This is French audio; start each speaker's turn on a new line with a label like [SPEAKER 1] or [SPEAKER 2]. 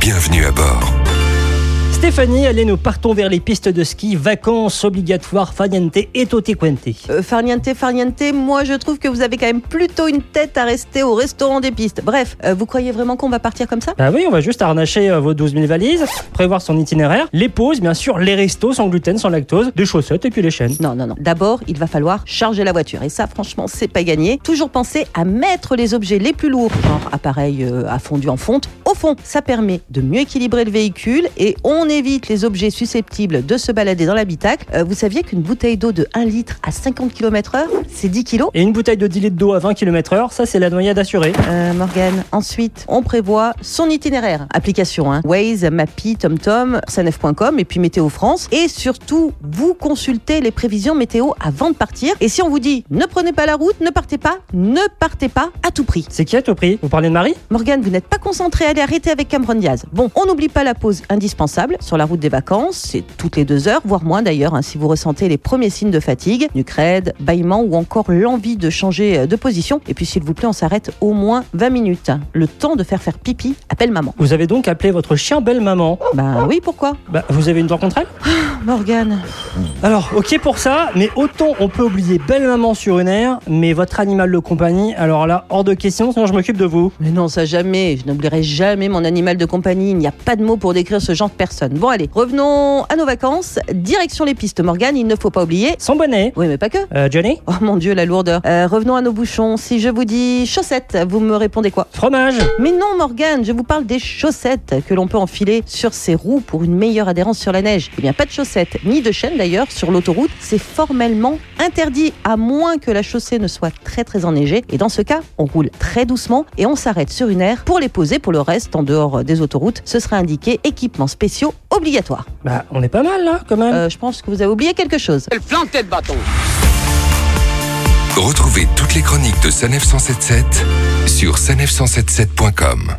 [SPEAKER 1] Bienvenue à bord.
[SPEAKER 2] Stéphanie, allez, nous partons vers les pistes de ski, vacances obligatoires, Fagnante et Totequente.
[SPEAKER 3] Euh, farniente, farniente, moi je trouve que vous avez quand même plutôt une tête à rester au restaurant des pistes. Bref, euh, vous croyez vraiment qu'on va partir comme ça
[SPEAKER 2] Bah oui, on va juste harnacher euh, vos 12 000 valises, prévoir son itinéraire, les pauses, bien sûr, les restos sans gluten, sans lactose, des chaussettes et puis les chaînes.
[SPEAKER 3] Non, non, non. D'abord, il va falloir charger la voiture. Et ça, franchement, c'est pas gagné. Toujours penser à mettre les objets les plus lourds, genre appareil euh, à fondu en fonte, au fond. Ça permet de mieux équilibrer le véhicule et on évite les objets susceptibles de se balader dans l'habitacle. Euh, vous saviez qu'une bouteille d'eau de 1 litre à 50 km/h, c'est 10 kilos
[SPEAKER 2] Et une bouteille de 10 litres d'eau à 20 km/h, ça c'est la noyade assurée.
[SPEAKER 3] euh, Morgane. Ensuite, on prévoit son itinéraire. Application hein. Waze, Mappy, TomTom, sanef.com et puis Météo France. Et surtout, vous consultez les prévisions météo avant de partir. Et si on vous dit ne prenez pas la route, ne partez pas, ne partez pas à tout prix.
[SPEAKER 2] C'est qui à tout prix Vous parlez de Marie
[SPEAKER 3] Morgane, vous n'êtes pas concentré, allez arrêter avec Cameron Diaz. Bon, on n'oublie pas la pause indispensable sur la route des vacances, c'est toutes les deux heures, voire moins d'ailleurs, hein, si vous ressentez les premiers signes de fatigue, nucrède, bâillement ou encore l'envie de changer euh, de position. Et puis s'il vous plaît, on s'arrête au moins 20 minutes. hein. Le temps de faire faire pipi, appelle maman.
[SPEAKER 2] Vous avez donc appelé votre chien belle-maman.
[SPEAKER 3] Bah oui, pourquoi
[SPEAKER 2] Bah, vous avez une dent contre elle
[SPEAKER 3] Morgane
[SPEAKER 2] Alors, ok pour ça, mais autant on peut oublier belle-maman sur une aire, mais votre animal de compagnie, alors là, hors de question, sinon je m'occupe de vous.
[SPEAKER 3] Mais non, ça jamais. Je n'oublierai jamais mon animal de compagnie. Il n'y a pas de mots pour décrire ce genre de personne. Bon, allez, revenons à nos vacances. Direction les pistes, Morgane. Il ne faut pas oublier.
[SPEAKER 2] Sans bonnet
[SPEAKER 3] Oui, mais pas que.
[SPEAKER 2] Euh, Johnny
[SPEAKER 3] Oh mon dieu, la lourdeur. Euh, revenons à nos bouchons. Si je vous dis chaussettes, vous me répondez quoi
[SPEAKER 2] Fromage
[SPEAKER 3] Mais non, Morgane, je vous parle des chaussettes que l'on peut enfiler sur ses roues pour une meilleure adhérence sur la neige. Eh bien, pas de chaussettes, ni de chaînes d'ailleurs, sur l'autoroute. C'est formellement interdit, à moins que la chaussée ne soit très très enneigée. Et dans ce cas, on roule très doucement et on s'arrête sur une aire pour les poser. Pour le reste, en dehors des autoroutes, ce sera indiqué équipements spéciaux obligatoires.
[SPEAKER 2] Bah, on est pas mal là, quand même.
[SPEAKER 3] Euh, je pense que vous avez oublié quelque chose.
[SPEAKER 4] Elle flanquait de bâton.
[SPEAKER 1] Retrouvez toutes les chroniques de Sanef 177 sur sanef177.com.